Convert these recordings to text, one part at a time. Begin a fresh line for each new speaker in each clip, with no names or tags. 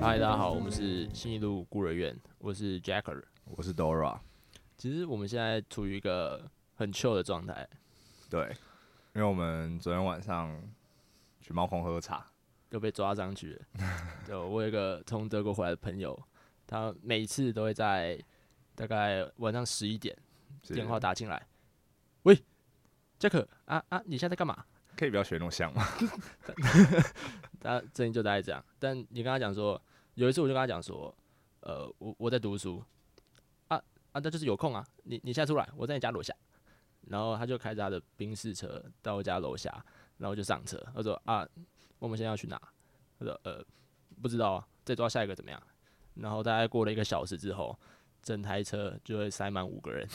嗨，大家好，我们是新一路孤儿院，我是 Jacker。
我是 Dora，
其实我们现在处于一个很 chill 的状态，
对，因为我们昨天晚上去猫空喝茶，
又被抓上去了。对，我有一个从德国回来的朋友，他每次都会在大概晚上十一点
是
电话打进来，喂，Jack 啊啊，你现在在干嘛？
可以不要学那种像吗？
他声音就大概这样。但你跟他讲说，有一次我就跟他讲说，呃，我我在读书，啊啊，那就是有空啊，你你现在出来，我在你家楼下。然后他就开着他的宾士车到我家楼下，然后我就上车。他说啊，我们现在要去哪？他说呃，不知道啊，再抓下一个怎么样？然后大概过了一个小时之后，整台车就会塞满五个人。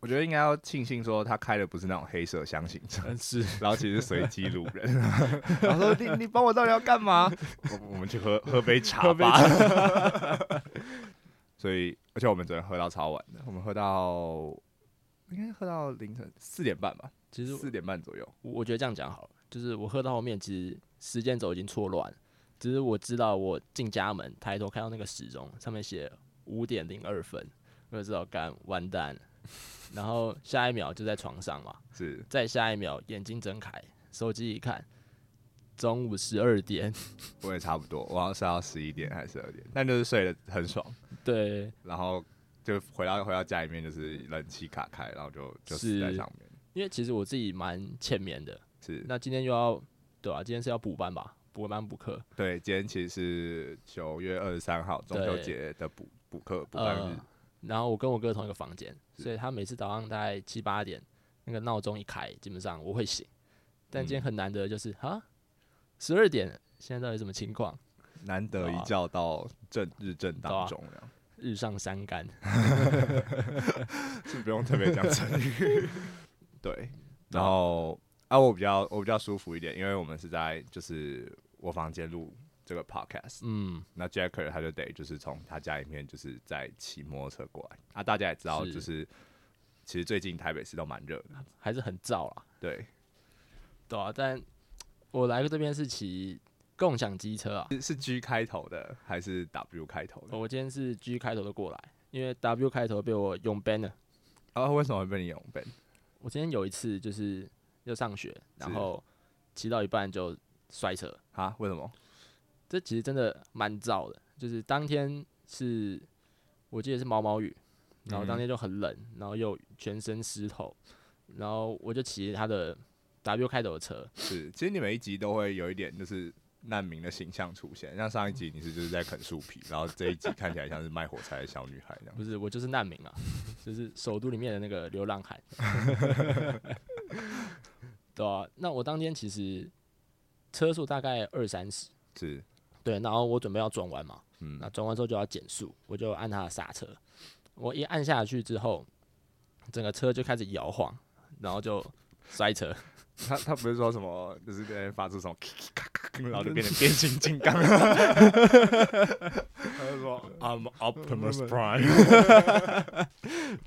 我觉得应该要庆幸说他开的不是那种黑色箱型车，
嗯是，
然后其实是随机路人， 然后说你你帮我到底要干嘛？ 我我们去喝喝杯 茶吧。 所以，而且我们昨天喝到超晚的，我们喝到应该喝到凌晨四点半吧，
其实
四点半左右。
我我觉得这样讲好了，就是我喝到后面，其实时间轴已经错乱，只是我知道我进家门，抬头看到那个时钟，上面写五点零二分，我就知道干完蛋了。然后下一秒就在床上嘛，
是
再下一秒眼睛睁开，手机一看，中午十二点，
我也差不多，我好像睡到十一点还是十二点，但就是睡得很爽。
对，
然后就回到回到家里面，就是冷气卡开，然后就就死在
是
上面。
因为其实我自己蛮欠眠的，
是，
那今天又要对啊吧、今天是要补班吧，补班补课，
对，今天其实是九月二十三号中秋
对
节的补补课补班日
呃，然后我跟我哥同一个房间，所以他每次早上大概七八点，那个闹钟一开，基本上我会醒。但
嗯
今天很难得就是啊，十二点，现在到底什么情况？
难得一觉到正日正当中，
啊
这样
日上三竿，
是不用特别讲成 语。
啊
对，然后啊，我比较我比较舒服一点，因为我们是在就是我房间录这个 podcast，
嗯，
那 Jacker 他就得就是从他家里面就是在骑摩托车过来啊，大家也知道
是
就是。其实最近台北市都蛮热的，
还是很燥啦，
对，
对啊。但我来这边是骑共享机车啊，
是是 G 开头的还是 W 开头的？
我今天是 G 开头的过来，因为 W 开头被我用 ban 了。
啊，为什么会被你用笨？
我今天有一次就是要上学，然
是
后骑到一半就摔车，
啊？为什么？
这其实真的蛮燥的，就是当天是我记得是毛毛雨，然后当
嗯
天就很冷，然后又全身湿透，然后我就骑他的 W 开头的车，
是，其实你每一集都会有一点就是难民的形象出现，像上一集你是就是在啃树皮，然后这一集看起来像是卖火柴的小女孩这样。
不是我就是难民啊，就是首都里面的那个流浪汉， 对啊，那我当天其实车速大概二三十，
是，
对，然后我准备要转弯嘛，
嗯
那，转弯之后就要减速，我就按它的刹车。我一按下去之后，整个车就开始摇晃，然后就摔车。
他他不是说什么，就是在那边发出什么咔咔咔咔，然后就变成变形金刚。他就说 I'm Optimus Prime。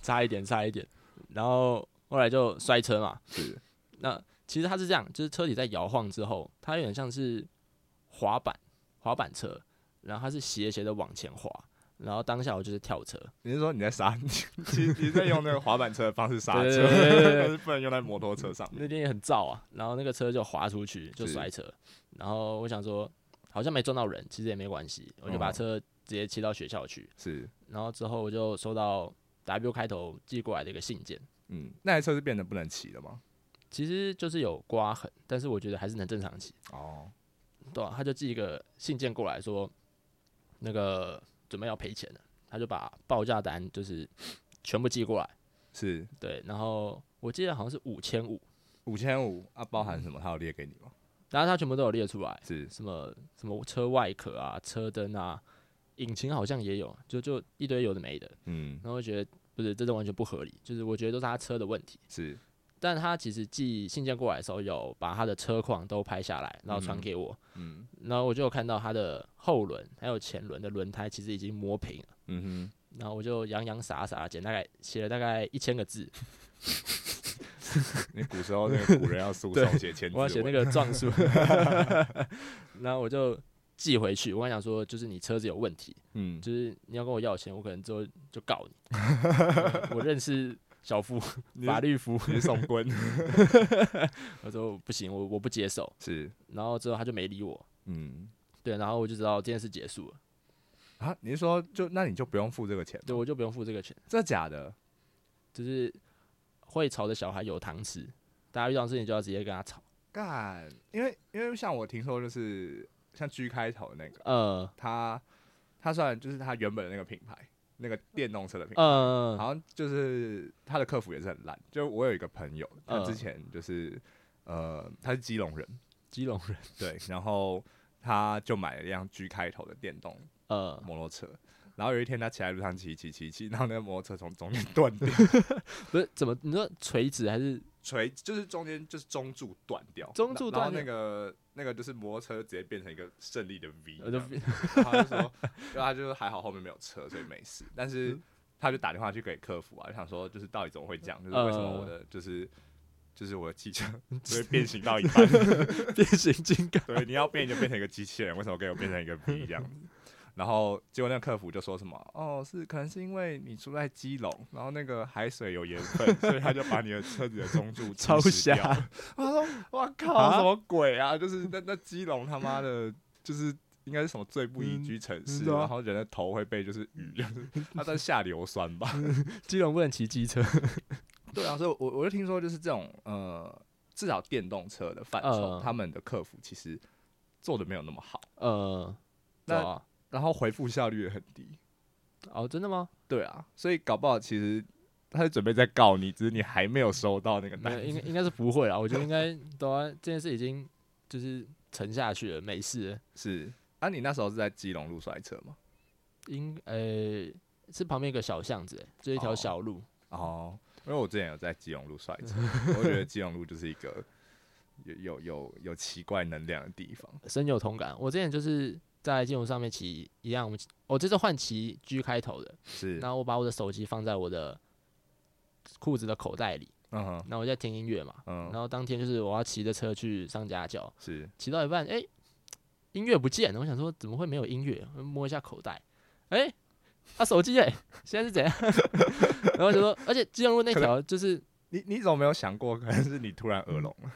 差一点，差一点。然后后来就摔车嘛。
是，
那其实它是这样，就是车体在摇晃之后，它有点像是滑板，滑板车，然后它是斜斜的往前滑。然后当下我就是跳车，
你是说你在刹？你其实你在用那个滑板车的方式刹
对
车，
对对对对对
但是不能用在摩托车上。
那天也很燥啊，然后那个车就滑出去，就是摔车。然后我想说，好像没撞到人，其实也没关系，我就把
嗯
车直接骑到学校去。
是，
然后之后我就收到 W 开头寄过来的一个信件，
嗯，那台车是变得不能骑了吗？
其实就是有刮痕，但是我觉得还是能正常骑，
哦，
对啊？他就寄一个信件过来说，那个准备要赔钱了，他就把报价单就是全部寄过来，
是
对，然后我记得好像是五千五，
五千五啊，包含什么？他有列给你吗？
然后他全部都有列出来，
是
什么什么车外壳啊、车灯啊、引擎好像也有，就就一堆有的没的，
嗯，
然后我觉得不是，这都完全不合理，就是我觉得都是他车的问题。
是
但他其实寄信件过来的时候，有把他的车况都拍下来，然后传
嗯
给我，
嗯
然后我就有看到他的后轮还有前轮的轮胎其实已经磨平了，
嗯
然后我就洋洋洒洒地简大概写了大概一千个字，
你古时候那个古人要 诉
对
讼写千字
我要写那
文
个状 书， 然后我就寄回去。我跟他讲说，就是你车子有问题，
嗯，
就是你要跟我要钱，我可能之后就告你。 我认识小夫，
你
法律夫，
你是送棍
我说不行，我我不接受。
是
然后之后他就没理我，
嗯
对，然后我就知道这件事结束了，
啊，你是说就那你就不用付这个钱吗？
对我就不用付这个钱，
这假的？
就是会吵的小孩有糖吃，大家遇到事情就要直接跟他吵。
干，因为因为像我听说就是像 G 开头那个，
呃
他他虽然就是他原本的那个品牌，那个电动车的品牌，
呃，
好像就是他的客服也是很烂。就我有一个朋友，他
嗯
之前就是、呃，他是基隆人，
基隆人，
对，然后他就买了一辆 G 开头的电动
呃，
摩托车。然后有一天，他骑在路上骑骑骑骑，然后那个摩托车从中间断掉，
不是怎么你说垂直还是
垂就是中间就是中柱断掉，
中
然
柱
然后
断
那个那个就是摩托车直接变成一个胜利的 V，
我
这
呃就
样然后他就说，就他就是还好后面没有车，所以没事。但
嗯
是他就打电话去给客服啊，就想说就是到底怎么会这样，就是为什么我
呃
的就是就是我的 汽车 就会变形到一半，
变形金刚？
对，你要变就变成一个机器人，为什么给我变成一个 V 这样子？然后结果那个客服就说什么哦，是可能是因为你住在基隆，然后那个海水有盐分，所以他就把你的车子的中 柱
超
侵蚀掉
瞎。
他说我靠，
啊
什么鬼啊？就是那那基隆他妈的，就是应该是什么最不宜居城市，
嗯对啊
然后人的头会被就是雨，就是他在下硫酸吧？
基隆不能骑机车，
对啊，所以我我就听说就是这种呃，至少电动车的范畴，
嗯
他们的客服其实做的没有那么好。
呃，
那
哦
然后回复效率也很低。
哦，真的吗？
对啊，所以搞不好其实他是准备在告你，只是你还没有收到那个
没有，
单。
应该应该是不会啦。我觉得应该都啊，这件事已经就是沉下去了，没事了。
是啊，你那时候是在基隆路摔车吗？
应呃、是旁边一个小巷子、欸，就是一条
哦
小路。
哦，因为我之前有在基隆路摔 车，我觉得基隆路就是一个有有有有奇怪能量的地方。
深有同感。我之前就是在金融上面骑一样，我们骑我这次换骑 G 开头的，
是，
然后我把我的手机放在我的裤子的口袋里，
嗯哼，
然后我在听音乐嘛，然
嗯，
后当天就是我要骑着车去上家教，
是，
骑到一半，哎、音乐不见了，我想说怎么会没有音乐？摸一下口袋，哎、啊手机哎、现在是怎样？ 然后就说，而且金融路那
可能
条就是
你你怎么没有想过，可能是你突然耳聋了？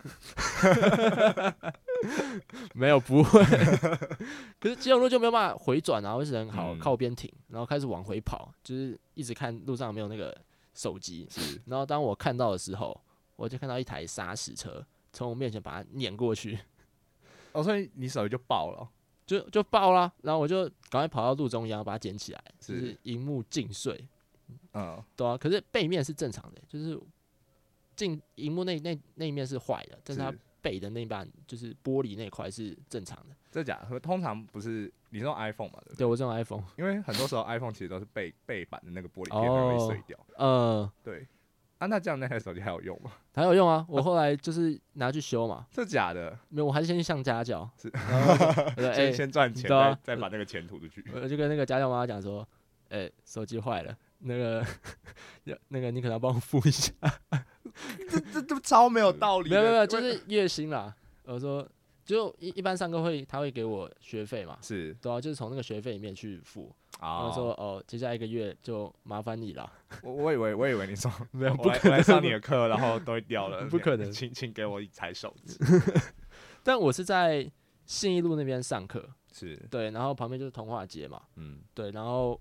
没有不会， 可是基隆路就没有办法回转啊，我只能好
嗯
靠边停，然后开始往回跑，就是一直看路上有没有那个手机。
是，
然后当我看到的时候，我就看到一台砂石车从我面前把它碾过去，
哦，所以你手机就爆了。
就就爆啦。然后我就赶快跑到路中央把它捡起来，就是是荧幕尽碎，
嗯，
对啊。可是背面是正常的，就是镜荧幕那那那一面是坏的，但是它
是
背的那一半就是玻璃那块是正常的。
这假的，通常不是你是用 iPhone 嘛？对不对
对我这种 iPhone，
因为很多时候 iPhone 其实都是背背板的那个玻璃片
哦
很容易碎掉。
呃。
对，啊，那这样那台手机还有用吗？
还有用啊！我后来就是拿去修嘛，
这假的，
没有，我还是先去上家教。
是
然后我就， 我就
先
哎，
先赚钱，
对啊
再再把那个钱吐出去。
我就跟那个家教妈妈讲说，哎、手机坏了，那个， 要那个你可能要帮我付一 下。
这 这这超没有道理
没有
的。
没有没有，就
因为
是月薪啦。我说，就一一般上课会他会给我学费嘛，
是
对啊，就是从那个学费里面去付。然
啊
后说，哦，接下来一个月就麻烦你了。
我我以为我以为你说
没有
我
不
来
可
我来
能
上你的课，然后都会掉 了，
不可能
请请给我一台手 机。
但我是在信义路那边上课，
是，
对，然后旁边就是童话街嘛，
嗯，
对，然后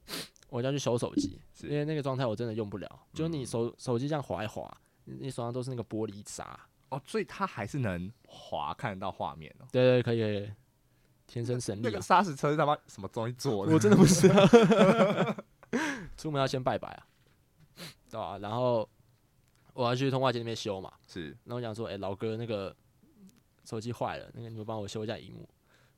我就要去修手机，
是
因为那个状态我真的用不了。就是你
嗯
手、手机这样滑一滑，你你手上都是那个玻璃渣。
哦，所以它还是能滑看得到画面哦。
对对，可以，可以天生神
那
力、
个
啊。
砂石车是他妈什么东西做的？
我真的不知道， 出门要先拜拜啊，对啊，然后我要去通话街那边修嘛，
是，
然后我讲说，哎、老哥那个手机坏了，那个你们帮我修一下荧幕。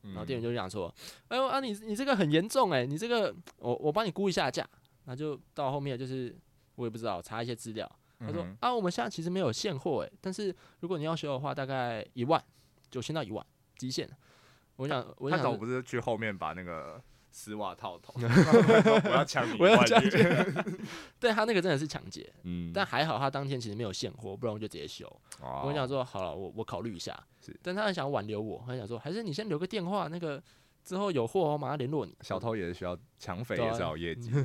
然
然后店员就讲说：“哎呦啊你，你这个很严重哎、你这个我我帮你估一下价。”那就到后面就是我也不知道查一些资料，他
嗯
说：“啊，我们现在其实没有现货哎、但是如果你要修的话，大概一万九千到一万极限。”我想，我
他
想
怎么
说
不是去后面把那个丝袜套 头，我要抢你一
我要
万
抢
元。
对他那个真的是抢劫，
嗯
但还好他当天其实没有现货，不然我就直接修。我跟你讲说好了，我我考虑一下
哦是，
但他很想挽留我，他想说还是你先留个电话，那个之后有货我哦马上联络你。
小偷也是需要，抢匪
对
也
啊
是要有业绩 的。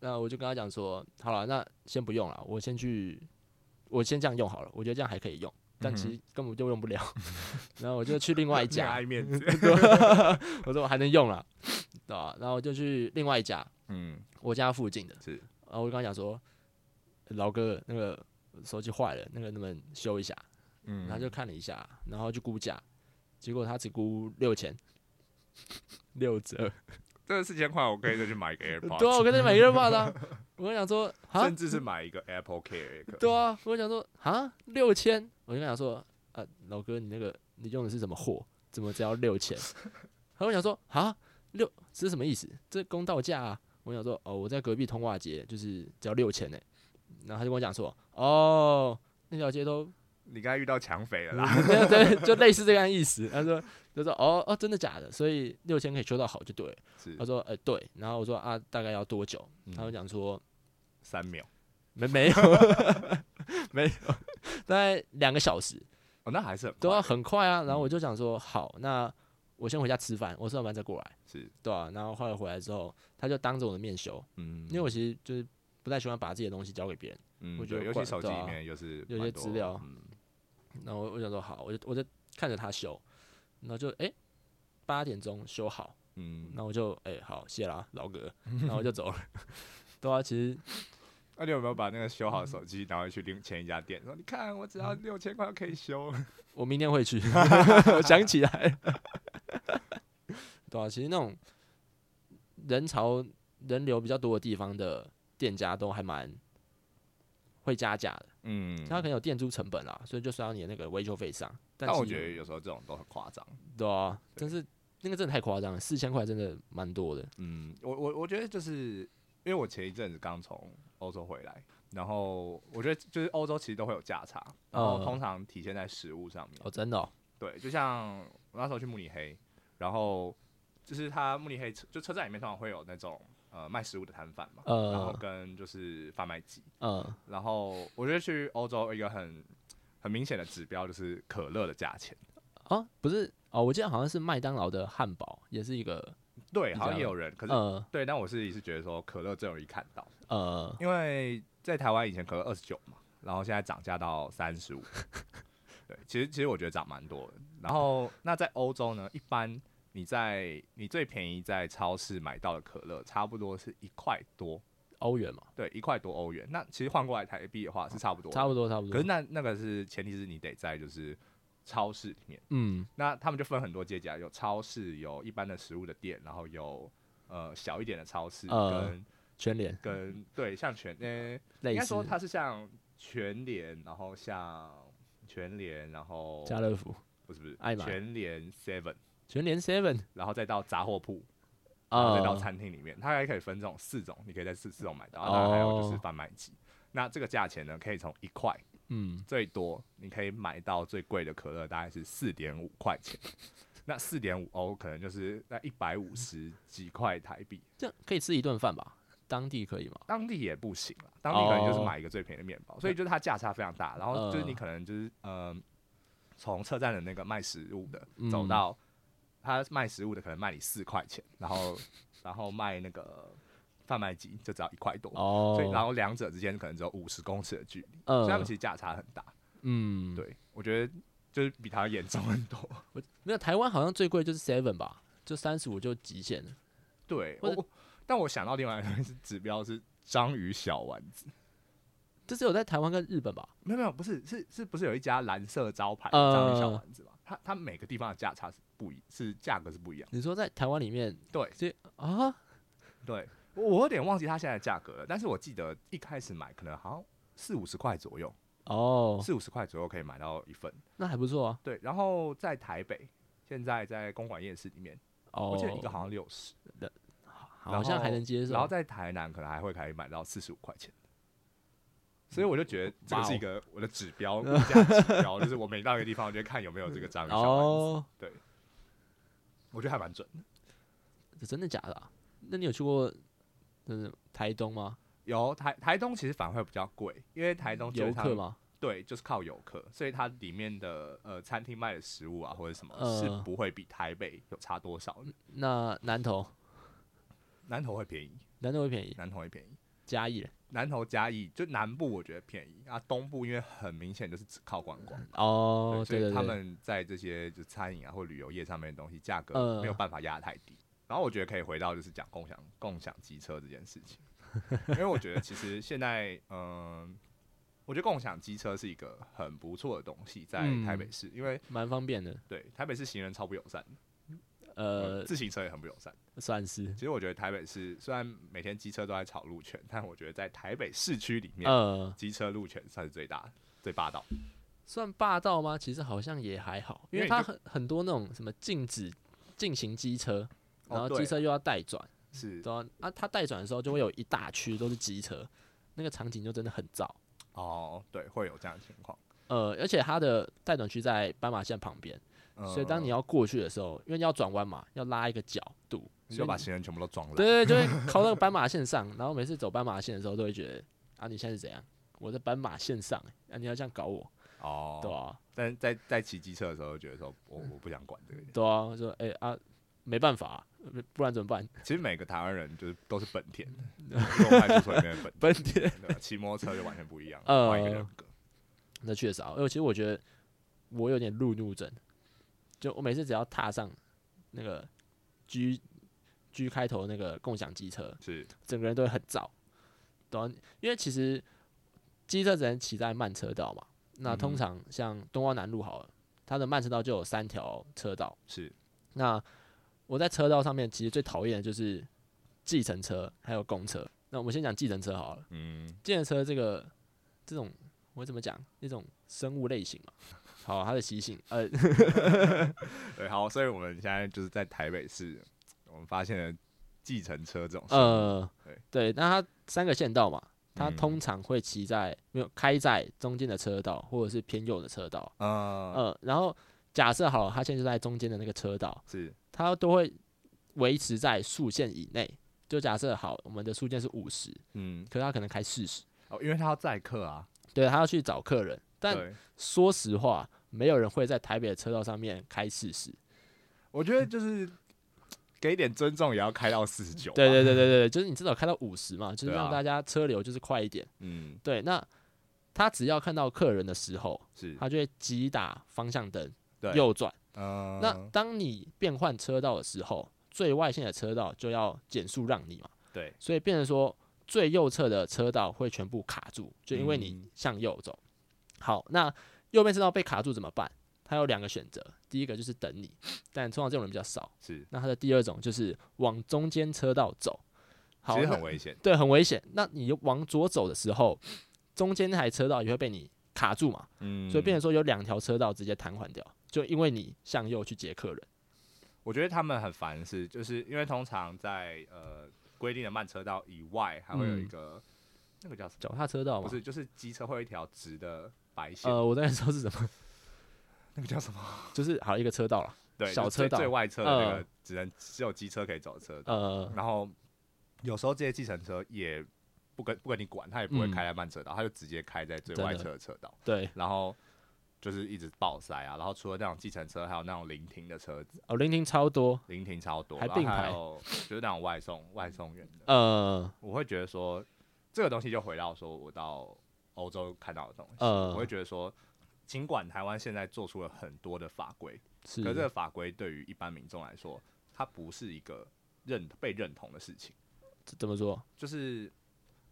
那我就跟他讲说，好了，那先不用了，我先去，我先这样用好了，我觉得这样还可以用，
嗯
但其实根本就用不了。 然后我就去另外一
很
家，
爱面子。
啊我说我还能用了，对吧、然后我就去另外一家，
嗯，
我家附近的，
是
然后我就跟他讲说，老哥，那个手机坏了，那个能不能修一下？
嗯，
他就看了一下，然后就估价，结果他只估六 千，六折。
这个四千块，我可以再去买 一个 AirPods，
对啊，我跟你买一个帽子 啊，我跟你讲说，啊，
甚至是买一个 Apple Care 也可以。
对啊，我想说啊，六千，我就跟他讲说，啊，老哥，你那个你用的是什么货？怎么只要六千？他我想说啊，六这是什么意思？这公道价啊！我想说哦，我在隔壁通化街，就是只要六千呢。然后他就跟我讲说，哦，那条街都
你刚才遇到抢匪了啦。
对对，就类似这样意思。他说就说哦哦，真的假的？所以六千可以修到好就对了。
是
他说呃对，然后我说啊，大概要多久？他就讲说
三秒
没没有 没有，大概两个小时。
哦，那还是很
对啊，
快
很快啊。
嗯
然后我就想说，好，那我先回家吃饭，我吃完饭再过来，
是
对啊。然后后来回来之后，他就当着我的面修，
嗯，
因为我其实就是不太喜欢把自己的东西交给别人。
嗯
我觉
对
得
尤
怪
其手机
对
里
啊
面又是
有
蛮
些
多
资料
嗯
然后我我想说好，我就我就看着他修，然后就诶八、点钟修好，
嗯，
那我就诶好谢啦，老 哥，然后我就走了。 对啊，其实
那你有没有把那个修好的手机拿回去另前一家店说，你看我只
嗯
要六千块可以修？
我明天会 去，我想起来了。对啊，其实那种人潮人流比较多的地方的店家都还蛮会加价的，
嗯，
他可能有店租成本啦，所以就算到你的那个维修费上。但
但我
其
觉
实
得有时候这种都很夸张。
对啊，
对
但是那个真的太夸张了，四千块真的蛮多的。
嗯，我我我觉得就是因为我前一阵子刚从欧洲回来，然后我觉得就是欧洲其实都会有价差，然后
嗯
通常体现在食物上面。
哦，真的、哦，
对，就像我那时候去慕尼黑，然后就是他慕尼黑车就车站里面通常会有那种呃卖食物的摊贩嘛，然后
呃，
跟就是贩卖机，
嗯，
然后我觉得去欧洲一个很很明显的指标就是可乐的价钱。
啊，不是，哦，我记得好像是麦当劳的汉堡，也是一个，
对，
你
好像
讲
也有人，可是、
呃
对，但我自己是觉得说可乐最容易看到，
呃，
因为在台湾以前可乐二十九嘛，然后现在涨价到三十五。对，其实其实我觉得涨蛮多的。然后那在欧洲呢，一般你在你最便宜在超市买到的可乐，差不多是一块多，
欧元嘛，
对，一块多欧元。那其实换过来台币的话是差不多的，
差不多，差不
可
多
是，那那个是前提是你得在就是超市里面，
嗯，
那他们就分很多阶级啊，有超市，有一般的食物的店，然后有呃小一点的超市，
呃
跟
全联
跟对像全呃、
类
应该
似
说它是像全联，然后像全联，然后
家乐福。
不是不是
爱买
全联 Seven，
全联 Seven
然后再到杂货铺，然后
啊
再到餐厅里面，它还可以分这种四种，你可以在四四种买到，然后还有就是
哦
贩卖机。那这个价钱呢，可以从一块
嗯，
最多你可以买到最贵的可乐大概是四点五块钱，那四点五欧可能就是那一百五十几块台币，
这样可以吃一顿饭吧？当地可以吗？
当地也不行了，当地可能就是
哦
买一个最便宜的面包，所以就是它价差非常大，然后就是你
嗯
可能就是呃，从车站的那个卖食物的
嗯
走到他卖食物的可能卖你四块钱，然后 然后卖那个贩卖机就只要一块多。
哦，
所以，然后两者之间可能只有五十公尺的距离，所以他们
呃
其，实价差很大。
嗯，，
对，我觉得就是比他严重很多。
没有台湾好像最贵就是 Seven 吧，就三十五就极限了。
对，
或
我
者
我但我想到另外一个是指标是章鱼小丸子，
这只有在台湾跟日本吧？
没有没有，不是是是不是有一家蓝色招牌
呃
章鱼小丸子嘛？它它每个地方的价差是不一，是价格是不一样。
你说在台湾里面
对
啊？
对，我我有点忘记它现在的价格了，但是我记得一开始买可能好像四五十块左右，
哦，
四五十块左右可以买到一份。
那还不错啊。
对，然后在台北。现在在公馆夜市里面，
哦，
我记得一个好像六十，
好像还能接受
然后。在台南可能还会可以买到四十五块钱，所以我就觉得这个
哇哦
是一个我的指标，物 价指标，就是我每到一个地方，我就看有没有这个章鱼小丸子。
哦，
对，我觉得还蛮准的。
真的假的、啊？那你有去过就是台东吗？
有台台东其实反而会比较贵，因为台东基
游
本上
客吗？
对，就是靠游客，所以它里面的呃餐厅卖的食物啊或者什么、
呃
是不会比台北有差多少的。
那南投，
南投会便宜，
南投会便宜，
南投会便宜，
嘉义嘞
南投嘉义就南部我觉得便宜啊，东部因为很明显就是只靠观光。
哦，
所
对对
以
对，
他们在这些就餐饮啊或旅游业上面的东西价格
呃
没有办法压得太低。然后我觉得可以回到就是讲共享共享机车这件事情，因为我觉得其实现在嗯、我觉得共享机车是一个很不错的东西，在
嗯
台北市，因为
蛮方便的，
对台北市行人超不友善，
呃，
自行车也很不友善。
算是
其实我觉得台北市虽然每天机车都在吵路权，但我觉得在台北市区里面，
呃，
机车路权算是最大的、最霸道。
算霸道吗？其实好像也还好，因
因
为
为你
它
就
很很多那种什么禁止进行机车，然后
哦对
机车又要带转，
是
对啊，啊，它带转的时候就会有一大区都是机 车，那个场景就真的很燥。
哦，对，会有这样的情况。
呃，而且它的带转区在斑马线旁边，
哦
所以当你
要
要过去的时候，因为你要转弯嘛，要拉一个角度，
你
所
就
以
把
你
行人全部都撞烂。
对对，就 会靠到斑马线上，然后每次走斑马线的时候，都会觉得啊，你现在是怎样？我在斑马线上、欸，啊，你要这样搞我，
哦，
对啊，
但在在骑机车的时候，觉得说我我不想管这个。
对啊，我说哎、啊，没办法、啊不然怎么办？
其实每个台湾人就是都是本田的，这种派出所里面的本
本田
田对吧，骑摩托车就完全不一样，
呃
换一个人格。
那确实啊，因为其实我觉得我有点路怒症，就我每次只要踏上那个 G G 开头那个共享机车，
是
整个人都会很燥，对啊、因为其实机车只能骑在慢车道嘛，那
嗯
通
哼
常像东湾南路好了，它的慢车道就有三条车道，
是，
那我在车道上面其实最讨厌的就是计程车还有公车。那我们先讲计程车好了，
嗯，
计程车这个这种我怎么讲？一种生物类型 嘛。好，它的习性，呃，
对，好，所以我们现在就是在台北市，我们发现了计程车这种事，嗯
呃
对，
对，那它三个县道嘛，它
嗯
通常会骑在没有开在中间的车道，或者是偏右的车道，
呃，
呃，然后假设好了，它现在就在中间的那个车道，
是
它都会维持在速限以内。就假设好，我们的速限是五十，
嗯，
可是它可能开四十，
哦，因为他要载客啊，
对，他要去找客人。但
对，
说实话，没有人会在台北的车道上面开四十。
我觉得就是给一点尊重，也要开到四十九，
对，对对对对，就是你至少开到五十嘛，就是
对啊
让大家车流就是快一点。
嗯，
对，那他只要看到客人的时候，
是，
他就会急打方向灯
嗯对，
右转。
呃，
那当你变换车道的时候，最外线的车道就要减速让你嘛。
对，
所以变成说最右侧的车道会全部卡住，就因为你
嗯
向右走。好，那右边车道被卡住怎么办？它有两个选择，第一个就是等你，但通常这种人比较少。
是，
那它的第二种就是往中间车道走，好，
其实
那
很危险，
对，很危险。那你往左走的时候，中间那台车道也会被你卡住嘛，
嗯，
所以变成说有两条车道直接瘫痪掉，就因为你向右去接客人。
我觉得他们很烦是，就是因为通常在呃规定的慢车道以外，还会有一
嗯
个、那个叫什么？
脚踏车道
不
嘛，
是，就是机车会有一条直的白线，
呃，我那个时候是什么？
那个叫什么？
就是好一个车道了，
对，
小
就是最
车道
最外侧的那
呃
个只能只有机车可以走的车道。
呃，
然后有时候这些计程车也不跟不跟你管，他也不会
嗯
开在慢车道，他就直接开在最
真
外
的
侧的车道，
对，
然后。就是一直爆塞啊，然后除了那种计程车，还有那种临停的车子，
哦，聆听超多，
临停超多，
还
然后
并排
还有就是那种外送外送员的，
呃
我会觉得说，这个东西就回到说我到欧洲看到的东西，
呃，
我会觉得说，尽管台湾现在做出了很多的法规，
是
可是这个法规对于一般民众来说，它不是一个认被认同的事情。
这怎么说？
就是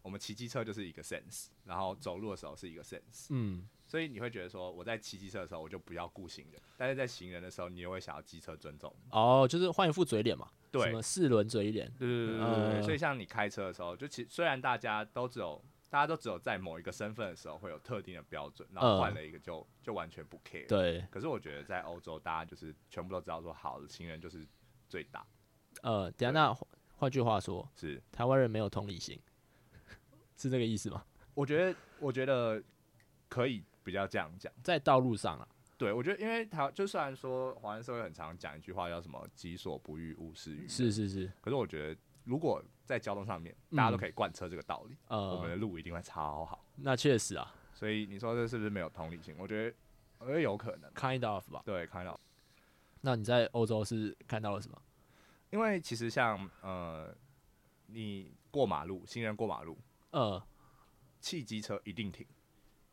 我们骑机车就是一个 sense，然后走路的时候是一个 sense，
嗯，
所以你会觉得说，我在骑机车的时候我就不要顾行人，但是在行人的时候，你又会想要机车尊重你。
哦，就是换一副嘴脸嘛，
对
什么四轮嘴脸，
对对对对对对，
嗯
所以像你开车的时候，就其虽然大家都只有大家都只有在某一个身份的时候会有特定的标准，然后换了一个就、就完全不 care。。
嗯对，
可是我觉得在欧洲，大家就是全部都知道说，好的行人就是最大，
呃，等一下那换换句话说，
是
台湾人没有同理心， 是这个意思吗？
我觉得我觉得可以比较这样讲，
在道路上啊，
对，我觉得因为台就虽然说华人社会很常讲一句话叫什么“己所不欲，勿施于人”，
是是是，
可是我觉得如果在交通上面大
嗯
家都可以贯彻这个道理，我们的
呃，
路一定会超好。
那确实啊
所以你说这是不是没有同理心？我觉得我觉得有可能。
，kind of 吧。
对，看到，
那你在欧洲是看到了什么？
因为其实像呃，你过马路，行人过马路，
呃
汽机车一定停，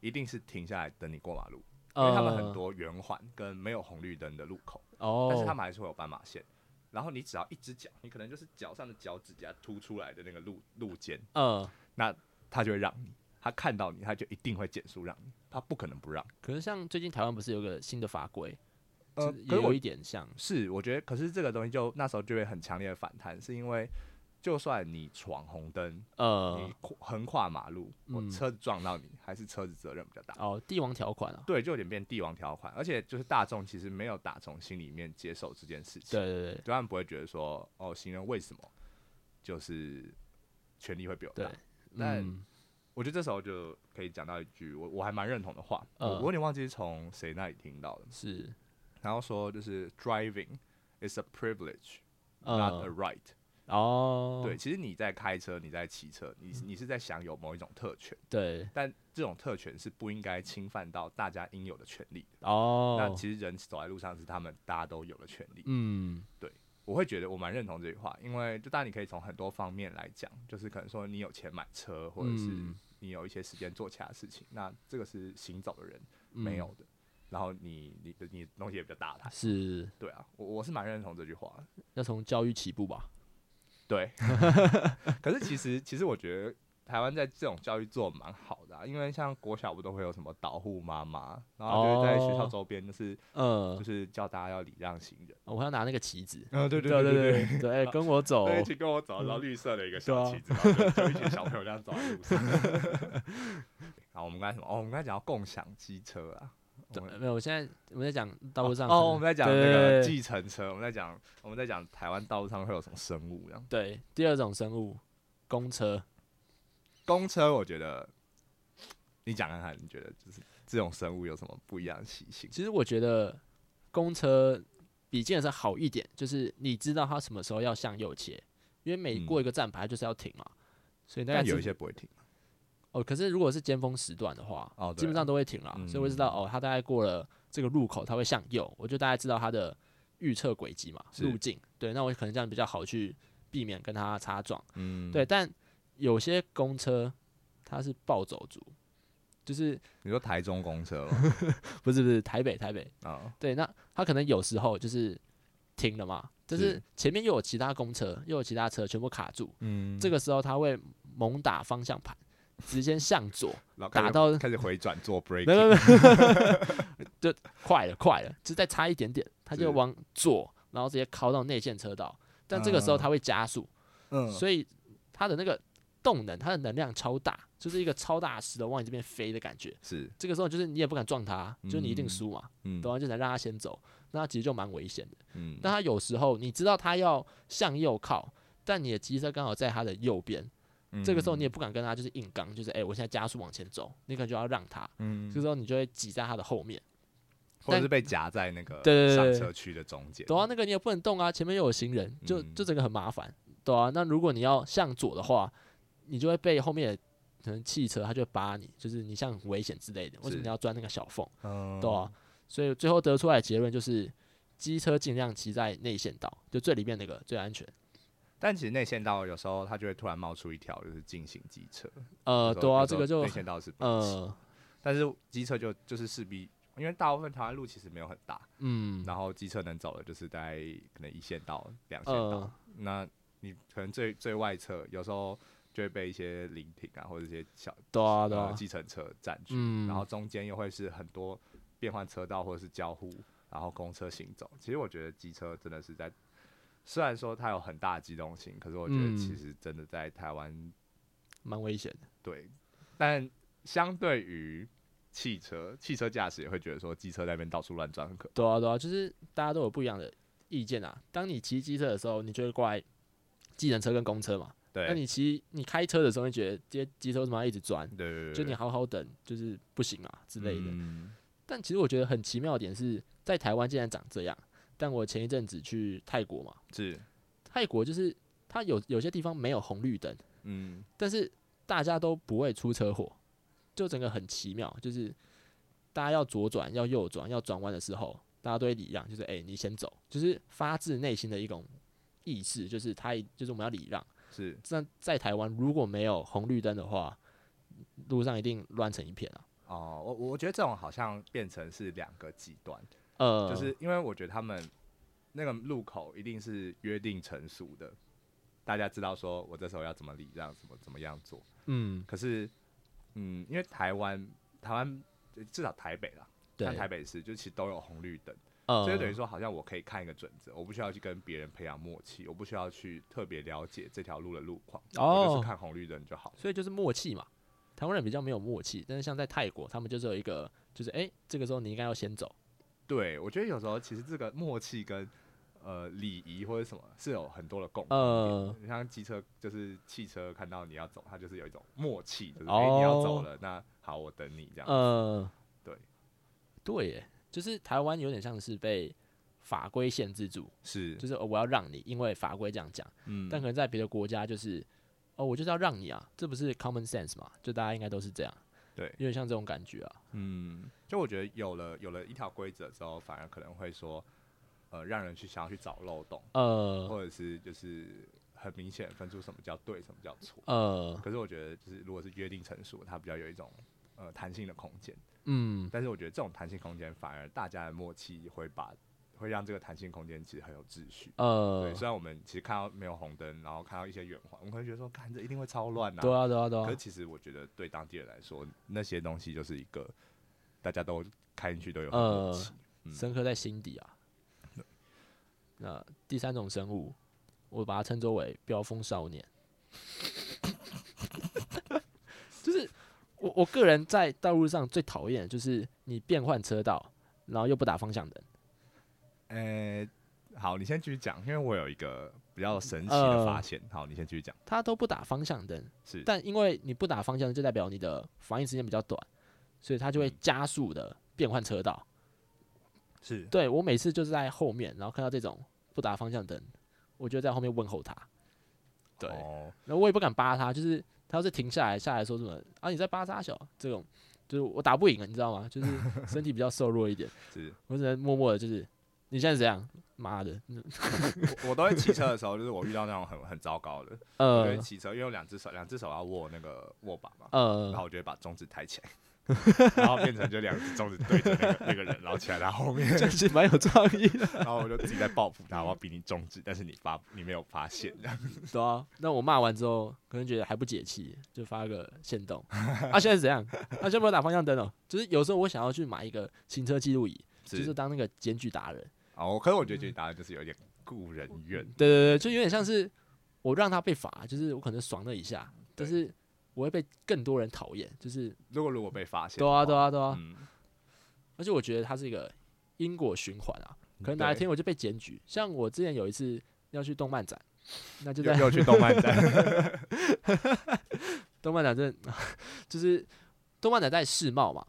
一定是停下来等你过马路，因
呃，
为他们很多圆环跟没有红绿灯的路口。
哦，
但是他们还是会有斑马线。然后你只要一只脚，你可能就是脚上的脚趾甲凸出来的那个路路肩，
呃，
他就会让你，他看到你，他就一定会减速让你，他不可能不让。
可是像最近台湾不是有个新的法规，
呃
是，
可
也
是
有
我
一点像，
是我觉得，可是这个东西就那时候就会很强烈的反弹，是因为就算你闯红灯，
呃
你，跨横跨马路，我
嗯
车子撞到你，还是车子责任比较大。
哦，帝王条款啊，
对，就有点变帝王条款，而且就是大众其实没有打从心里面接受这件事情。
对对对
对他们不会觉得说，哦，行人为什么就是权力会比我
对
大？，但
嗯
我觉得这时候就可以讲到一句我我还蛮认同的话，我
嗯
我有点忘记是从谁那里听到的，
是
然后说就是 driving is a privilege not a
呃
right、
哦，嗯
对，其实你在开车，你在骑车，你你是在享有某一种特权，
对
但这种特权是不应该侵犯到大家应有的权利的。那
哦，
其实人走在路上是他们大家都有的权利。
嗯
我会觉得我蛮认同这句话，因为就当然你可以从很多方面来讲，就是可能说你有钱买车，或者是
嗯
你有一些时间做其他事情，那这个是行走的人
嗯
没有的。然后你你的你的东西也比较大啦，
是
对啊，我我是蛮认同这句话的，
要从教育起步吧，
对。 可是其实其实我觉得台湾在这种教育做得蛮好的、啊，因为像国小不都会有什么导护妈妈，然后就是在学校
哦
周边就是、
呃
就，是叫大家要礼让行人，
哦我还要拿那个旗子，
啊、
嗯对
对
对对对，哎跟我走，
对，一起跟我走，然后绿色的一个
对
小
啊
旗子，然后就就一群小朋友这样走在路上。然后我们刚才什么？哦，我们刚才讲到共享机车啊。我们
对没有，我现在我们在讲道路上
哦，
可
哦我
能
们在讲那
对
个计程车，我们在讲我们在讲台湾道路上会有什么生物这样。
对第二种生物，公车，
公车，我觉得你讲看看，你觉得就是这种生物有什么不一样的习性？
其实我觉得公车比计程车好一点，就是你知道它什么时候要向右切，因为每
嗯
过一个站牌就是要停嘛，所以大概
但有
知
一些不会停。
哦，可是如果是尖峰时段的话，
哦
基本
对
上都会停了，所以我知道哦，它大概过了这个路口，它会向右，我就大概知道它的预测轨迹嘛，
是
路径。对，那我可能这样比较好去避免跟它擦撞。
嗯，
对，，但有些公车它是暴走族，就是
你说台中公 车吗
不是不是台北台北
啊，
对，那他可能有时候就是停了嘛，但是
是
前面又有其他公车，又有其他车，全部卡住。
嗯
这个时候他会猛打方向盘，直接向 左，
然后开
打
始
到
开始回转做 break，
没没没，就快了快了，就再差一点点，他
是
就往左，然后直接靠到内线车道。但这个时候
嗯
他会加速，
嗯
所以他的那个动能，他的能量超大，就是一个超大的石头往你这边飞的感觉。
是，
这个时候就是你也不敢撞他，就你一定
嗯
输嘛，
嗯
对啊，就能让他先走，那其实就蛮危险的。
嗯，
但他有时候你知道他要向右靠，但你的机车刚好在他的右边，
嗯
这个时候你也不敢跟他就是硬刚，就是哎、诶我现在加速往前走，你可能就要让他，
嗯，嗯
这时候你就会挤在他的后面。
或者
但
是被夹在那个
对对对
上
对
车区的中间。
对啊，那个你也不能动啊，前面又有行人，就
嗯
就整个很麻烦，对啊。那如果你要向左的话，你就会被后面的可能汽车，他就会扒你，就是你像很危险之类的，为什么
是
你要钻那个小缝？
嗯
对啊，所以最后得出来的结论就是，机车尽量骑在内线道，就最里面那个最安全。
但其实内线道有时候它就会突然冒出一条就是进行机车。
呃，
有时候
对啊，
有时
这
候
个就
内线道是不能骑，
呃，
但是机车就就是势必，因为大部分台湾路其实没有很大，
嗯，
然后机车能走的就是大概可能一线道、两线道。
呃，
那你可能最最外侧有时候就会被一些临停啊，或者一些小
对啊，对
呃
啊，
计程车占据，
嗯，
然后中间又会是很多变换车道或者是交互，然后公车行走。其实我觉得机车真的是在，虽然说它有很大的机动性，可是我觉得
嗯
其实真的在台湾、
蛮危险的，
对，但相对于汽车，汽车驾驶也会觉得说机车在那边到处乱钻很可
对啊，对啊，就是大家都有不一样的意见啊。当你骑机车的时候，你就会怪计程车跟公车嘛。那
对。
你骑你开车的时候，你觉得这些机车为什么要一直钻？
对对对，
就你好好等，就是不行啊之类的。
嗯
但其实我觉得很奇妙的点是在台湾竟然长这样。但我前一阵子去泰国嘛，
是，
泰国就是它有有些地方没有红绿灯，
嗯，
但是大家都不会出车祸，就整个很奇妙。就是大家要左转、要右转、要转弯的时候，大家都会礼让，就是哎、你先走，就是发自内心的一种意识，就是他一就是我们要礼让。
是，
那在台湾如果没有红绿灯的话，路上一定乱成一片啊。
哦，我我觉得这种好像变成是两个极端，
呃，
就是因为我觉得他们那个路口一定是约定成熟的，大家知道说我这时候要怎么礼让，怎么怎么样做。
嗯，
可是，嗯，因为台湾台湾呃至少台北啦，
对，
像台北市就其实都有红绿灯，
呃，
所以等于说好像我可以看一个准则，我不需要去跟别人培养默契，我不需要去特别了解这条路的路况，我就
哦
是看红绿灯就好。
所以就是默契嘛。台湾人比较没有默契，但是像在泰国，他们就是有一个，就是哎、诶这个时候你应该要先走。
对，我觉得有时候其实这个默契跟呃礼仪或者什么是有很多的共鸣。
呃，
你像机车，就是汽车看到你要走，它就是有一种默契，就是哎、诶你要走
哦
了，那好，我等你这样。
呃，
对，
对耶，就是台湾有点像是被法规限制住，
是，
就是、哦我要让你，因为法规这样讲。
嗯，
但可能在别的国家就是，哦，我就是要让你啊，这不是 common sense 嘛？就大家应该都是这样，
对
有点像这种感觉啊。
嗯，就我觉得有了有了一条规则之后，反而可能会说，呃，让人去想要去找漏洞，
呃
或者是就是很明显分出什么叫对，什么叫错。
呃，
可是我觉得就是如果是约定成熟，它比较有一种呃弹性的空间。
嗯，
但是我觉得这种弹性空间反而大家的默契会把会让这个弹性空间其实很有秩序。
呃
对，，啊虽然我们其实看到没有红灯，然后看到一些远环，我们会觉得说，看这一定会超乱呐、
对啊，对啊，对
可
啊
是，其实我觉得对当地人来说，那些东西就是一个大家都开进去都有很默契。嗯
深刻在心底啊。那第三种生物，我把它称作为飙风少年， 就是我我个人在道路上最讨厌的就是你变换车道，然后又不打方向灯。
呃、
嗯
好，你先继续讲，因为我有一个比较神奇的发
呃
现。好，你先继续讲。
他都不打方向灯，
是，
但因为你不打方向，就代表你的反应时间比较短，所以它就会
嗯
加速的变换车道。
是
对我每次就是在后面，然后看到这种不打方向灯，我就在后面问候他。对，
哦，
然后我也不敢扒他，就是他要是停下来下来说什么啊你在扒他小这种，就是我打不赢啊，你知道吗？就是身体比较瘦弱一点，
是。
我只能默默的就是你现在是怎样？妈的，嗯
我我都会骑车的时候，就是我遇到那种很很糟糕的，我就
呃
会骑车，因为我两只手两只手要握那个握把嘛，然
呃
后我就会把中指 抬起来，然后变成就两只中指对着那个那个人，然后起来他后面，
这样是蛮有创意的，
然后我就自己在报复他，我要比你中指，但是你发你没有发现，这样
对啊。那我骂完之后，可能觉得还不解气，就发个限动 啊，现在是怎样？啊，现在没有打方向灯哦。就是有时候我想要去买一个行车记录仪，就是当那个检举达人。
哦，可是我觉得这个答案就是有点故人怨，
对对对，就有点像是我让他被罚，就是我可能爽了一下，但
对
是我会被更多人讨厌，就是
如果如果被发现，
对啊对
啊，
啊对啊，
嗯，
而且我觉得它是一个因果循环啊，可能哪一
嗯对
天我就被检举，像我之前有一次要去动漫展，那就
又
在
又去动漫展，
动漫展这就是动漫展在世贸嘛，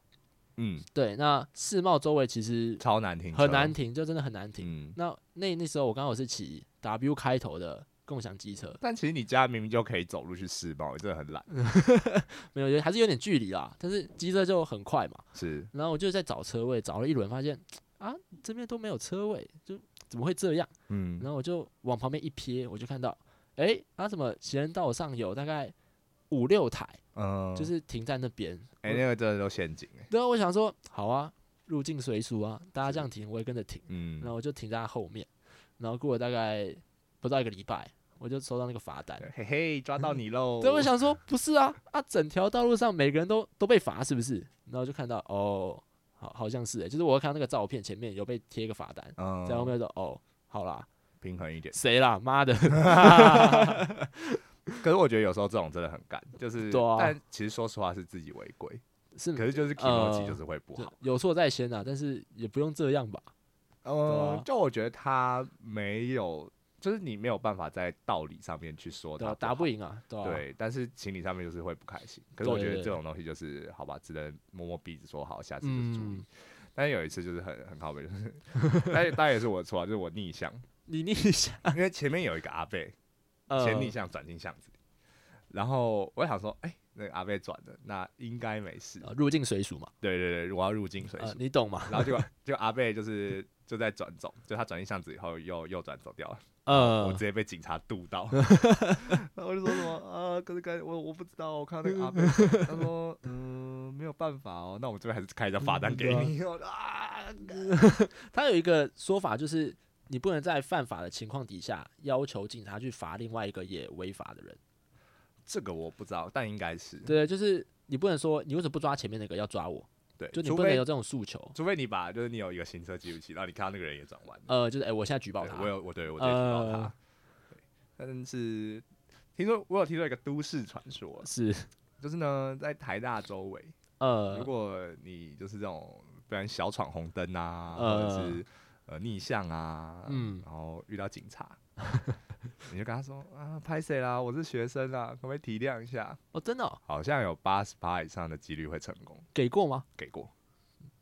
嗯，
对，那世贸周围其实
超难听，
很难，停，就真的很难停。
嗯。
那那那时候我刚好是骑 W 开头的共享机车，
但其实你家明明就可以走路去世贸，真的很懒。
没有，还是有点距离啦，但是机车就很快嘛。
是，
然后我就在找车位，找了一轮，发现啊这边都没有车位，就怎么会这样？
嗯，
然后我就往旁边一瞥，我就看到，诶，啊怎么行人道上有大概五六台，
嗯，
就，是停在那边。
哎，那个真的都陷阱，哎，
然后我想说，好啊，入境随俗啊，大家这样停，我也跟着停。
嗯
然，后我就停在他后面，然后过了大概不到一个礼拜，我就收到那个罚单。
嘿嘿，抓到你喽！
对，我想说不是啊，啊，整条道路上每个人都都被罚是不是？然后就看到哦，好好像是诶、欸就是我看到那个照片前面有被贴一个罚单，
嗯，
在后面就说哦，好啦，
平衡一点。
谁啦，妈的，
可是我觉得有时候这种真的很干，就是，
对啊嗯
但其实说实话是自己违规，
是
可是就是 k i m o j i 就是会不
就
好。
有错在先啊，但是也不用这样吧。对
嗯
啊，
就我觉得他没有，就是你没有办法在道理上面去说
对
他
啊，打
哦不
不
好。
赢啊，对啊，
对，但是情理上面就是会不开心。可是
对
我觉得
对
这种东西就是好吧，只能摸摸鼻子说好，下次就是注意
嗯。
但是有一次就是很很靠背，就是但是当然也是我的错啊，就是我逆向，
你逆向，
因为前面有一个阿 贝
呃
前逆向转进巷子里，然后我想说，哎、那个阿贝转的，那应该没事。
呃入境随俗嘛，
对对对，我要入境水
呃
俗。
你懂吗？
然后结果结果阿贝就是就在转走，就他转进巷子以后又又转走掉了。我
呃
直，接被警察堵到，然后嗯 我就说什么啊，可是该我我不知道，我看到那个 阿贝，他说嗯没有办法哦，那我们这边还是开一张罚单给你哦啊，
他有一个说法就是，你不能在犯法的情况底下要求警察去罚另外一个也违法的人。
这个我不知道，但应该是
对，就是你不能说你为什么不抓前面那个要抓我，
对，
就你
呃除
不能有
非
这种诉求。
除非你把就是你有一个行车记录器，然后你看到那个人也转弯，
呃，就是哎、我现在举报
对啊
他，
我有我对我直接举报他
呃，
对，但是听说我有听说一个都市传说，
是
就是呢在台大周围，如
呃
果你就是这种，不然小闯红灯啊，或
呃
者是呃逆向啊，
嗯
然后遇到警察， 你就跟他说啊，拍谁啦，我是学生啦，可不可以体谅一下？
哦，真的、哦、
好像有八十八以上的几率会成功，
给过吗？
给过。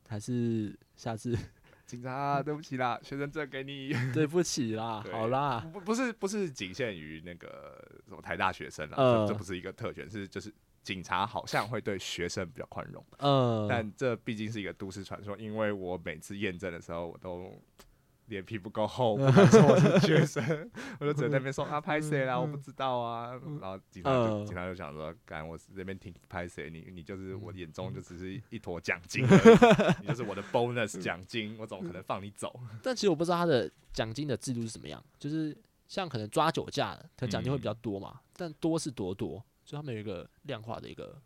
还是下次
警察、啊，对不起啦，学生证给你，
对不起啦，
对
好啦，
不不是不是仅限于那个什么台大学生啦，
呃
这这不是一个特权，是就是警察好像会对学生比较宽容。
呃，
但这毕竟是一个都市传说，因为我每次验证的时候，我都脸皮不够厚，不敢说我 是学生，我就只能在那边说啊拍谁啦，我不知道啊。然后警察就
嗯
警察就想说，干我这边挺拍谁，你你就是我
嗯
眼中就只是一坨奖金而已，你就是我 的
嗯
bonus 奖金，我怎么可能放你走？
但其实我不知道他的奖金的制度是怎么样，就是像可能抓酒驾的，可能奖金会比较
嗯
多嘛，但多是多多，所以他们有一个量化的一个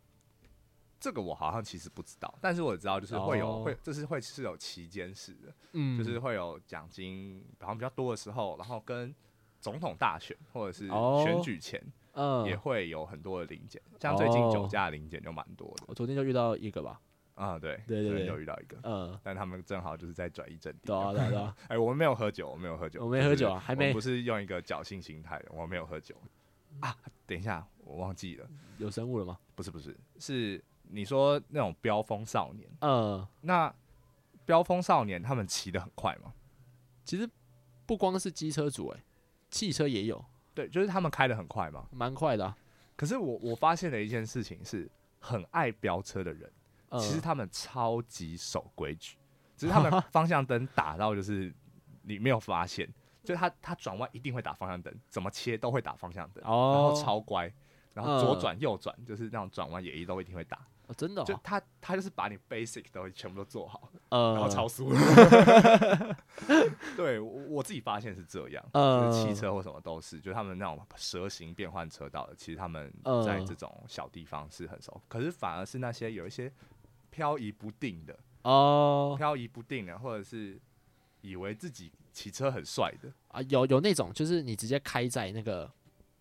这个我好像其实不知道，但是我知道就是会有、
哦
会，就是会是有期间式的，
嗯，
就是会有奖金，然后比较多的时候，然后跟总统大选或者是
哦
选举前。
嗯
也，会有很多的零检，像最近酒
哦
驾零检就蛮多的
我昨天就遇到一个吧，
啊、对，
对对
昨
对
天就遇到一个，
嗯，
但他们正好就是在转移阵地。
对啊对啊对 啊，
哎、我们没有喝酒，我没有喝酒，
我没喝酒
就
啊
是
还
我们
没
不是用一个侥幸心态的，我没有喝酒啊。等一下，我忘记了，
有生物了吗？
不是不是，是你说那种飙风少年，
嗯，
那飙风少年他们骑得很快嘛？
其实不光是机车组、欸，汽车也有，
对，就是他们开得很快嘛。
蛮快的、啊。
可是我我发现了一件事情是，很爱飙车的人。
嗯、
其实他们超级守规矩，只是 他们方向灯打到就是你没有发现，就他他转弯一定会打方向灯，怎么切都会打方向灯，然后
哦，
超乖，然后左
嗯
转右转就是那种转弯也一都一定会打，
哦真的、哦，
就他他就是把你 basic 都全部都做好，
呃，
然后超速。 对我我自己发现是这样，就是汽
嗯
车或什么都是，就是他们那种蛇形变换车道的，其实他们
嗯
在这种小地方是很熟，可是反而是那些有一些漂移不定的、
哦
漂移不定的，或者是以为自己骑车很帅的，
啊，有有那种就是你直接开在那个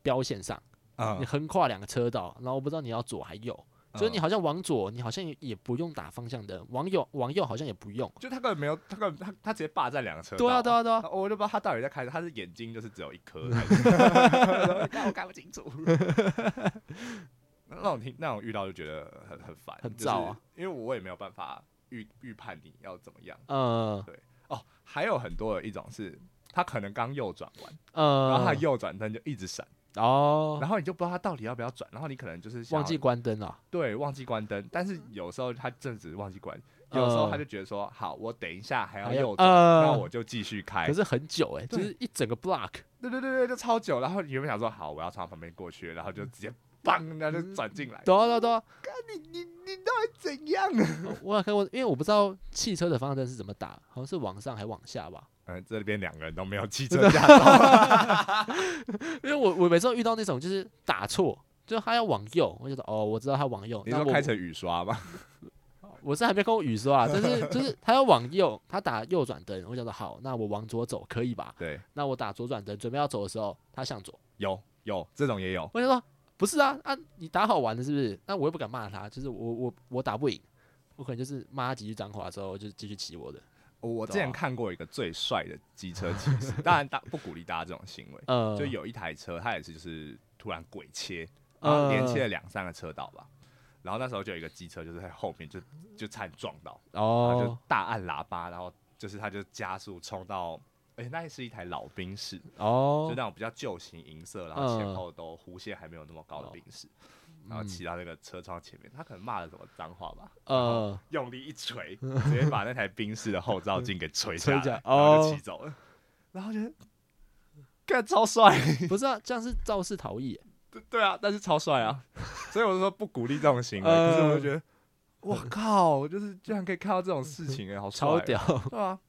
标线上，你
嗯，
横跨两个车道，然后我不知道你要左还右，就是你
嗯
好像往左，你好像也不用打方向灯，往右往右好像也不用。
就他根本没有，他根本他他直接霸占两个车道，
对啊对啊对啊，
啊我就不知道他到底在开，他是眼睛就是只有一颗，还是 我看我看不清楚。那种听那种遇到就觉得很很烦，
很
就是
燥啊
因为我也没有办法预预判你要怎么样
呃
哦。还有很多的一种是，他可能刚右转完，然后他
呃，
右转灯就一直闪，
哦，
然后你就不知道他到底要不要转，然后你可能就是想要
忘记关灯了，
对忘记关灯，但是有时候他正只是忘记关，有时候
呃
他就觉得说好，我等一下还要
还要
右转，那我
呃，
就继续开
可。是很久哎，就
对
是一整个 block，
对对对对，就超久。然后原本想说好，我要从他旁边过去，然后就直接砰，然后就转进来。
对啊对啊对啊，
你你你到底怎样啊？
哦我有看过，因为我不知道汽车的方向灯是怎么打，好像是往上还往下吧，
嗯，这边两个人都没有汽车驾照。
因为我我每次都遇到那种就是打错，就他要往右，我就说哦，我知道他往右，
你
那
说
我
开成雨刷吗？
我是还没跟我雨说啊，但是就是他要往右，他打右转灯，我想说好，那我往左走可以吧？
对，
那我打左转灯，准备要走的时候，他向左，
有有这种也有。
我就说不是啊，啊你打好玩的是不是？那我又不敢骂他，就是我我我打不赢，我可能就是骂他几句脏话之后，我就继续骑我的。
哦我之前
啊
看过一个最帅的机车骑 士，当然大不鼓励大家这种行为。
呃，嗯
就有一台车，它也是就是突然鬼切，然后连切了两三个车道吧。然后那时候就有一个机车就是在后面就就差点撞到，然后就
哦
大按喇叭，然后就是他就加速冲到，而且那是一台老宾士，就
哦，
那种比较旧型银色，然后
嗯
前
哦
后都弧线还没有那么高的宾士，然后
嗯
骑到那个车窗前面，他可能骂了什么脏话吧，
呃，
用力一锤，直接把那台宾士的后照镜给锤下
吹
来，
下
然后
哦
就骑走了。然后觉得，干超帅，
不是啊，这样是肇事逃逸耶，
对对啊，但是超帅啊，所以我就说不鼓励这种行为。
呃
可是我就觉得，我靠，就是居然可以看到这种事情哎、好帅哦
超，屌，
对啊。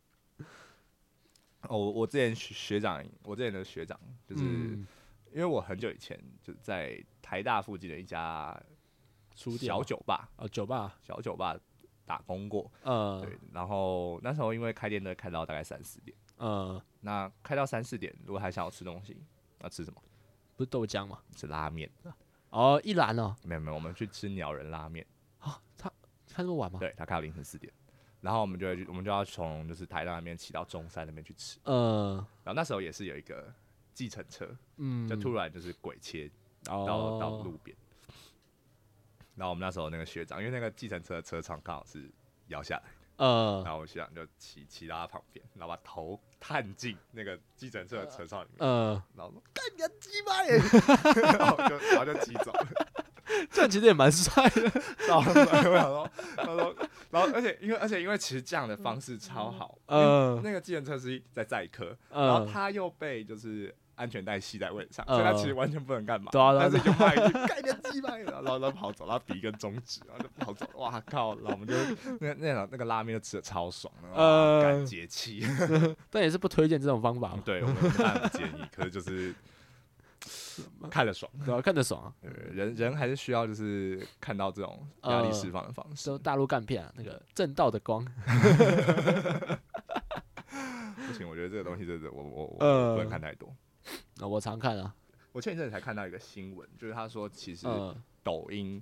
哦，我我之前学学长，我之前的学长就是。
嗯，
因为我很久以前就在台大附近的一家
出掉
小酒吧、
哦酒吧，
小酒吧打工过，
呃
对。然后那时候因为开店都会开到大概三四点，
呃，
那开到三四点，如果还想要吃东西，那吃什么？
不是豆浆嘛，
吃拉面？
哦一兰哦，
没有没有，我们去吃鸟人拉面，
看这么晚吗？
对他开到凌晨四点，然后我们就会去，我们就要从就是台大那边骑到中山那边去吃，
呃，
然后那时候也是有一个计程车，
嗯，哦
就突然就是鬼切
到
到、到路边。然后我们那时候那个学长，因为那个计程车的车窗刚好是摇下来，
呃
然后我学长就骑骑到他旁边，然后把头探进那个计程车的车窗里面，
呃，
然后说：“干你个鸡巴耶！” 然后我就然后就骑走了。
这样其实也蛮 帅的，
然后我想说，他说，然后而且因为而且因为其实这样的方式超好，
嗯
因为那个计程车司在载客，
嗯
然后他又被就是安全带系在位上，所以他
嗯
其实完全不能干嘛，
对啊对啊
但是就骂一句干你个鸡巴，然后然后他跑走，然后比一个中指，然后就跑走，哇靠，然后我们就那那场那个拉面就吃的超爽，哇，
嗯
哦干节气，
但也是不推荐这种方法嘛，
对我们当然不建议，可是就是看得爽。
对啊，看得爽啊，
对人人还是需要就是看到这种压力
嗯
释放的方式
就，大陆干片啊，那个正道的光，
不行，我觉得这个东西真的，我我我
呃
我不能看太多。
啊我常看啊，
我前一阵子才看到一个新闻，就是他说其实
呃
抖音、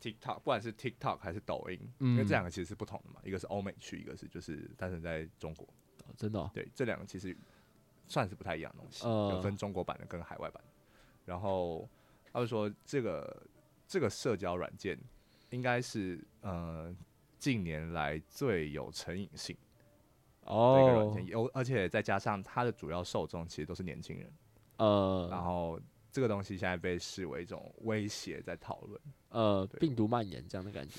TikTok，不管是 TikTok 还是抖音，
嗯
因为这两个其实是不同的嘛，一个是欧美区，一个是就是诞生在中国。
真的哦
对，这两个其实算是不太一样的东西，
呃
有分中国版的跟海外版。然后他就说这个这个社交软件应该是呃近年来最有成瘾性的一个软
哦
件，有、而且再加上它的主要受众其实都是年轻人。然
呃
后这个东西现在被视为一种威胁在讨论。
呃
对
病毒蔓延这样的感觉，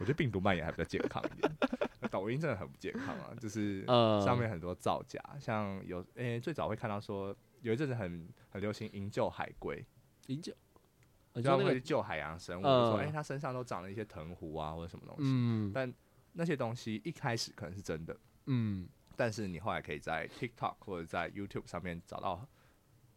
我觉得病毒蔓延还比较健康一点， 抖音真的很不健康啊，就是
呃
上面很多造假，像有诶、最早会看到说有一阵子很很流行营救海龟，
营救，呃
就
就
他
那
们会
个
去救海洋生物，就说
呃
诶、它身上都长了一些藤壶啊或者什么东西，
嗯
但那些东西一开始可能是真的，
嗯
但是你后来可以在 TikTok 或者在 YouTube 上面找到。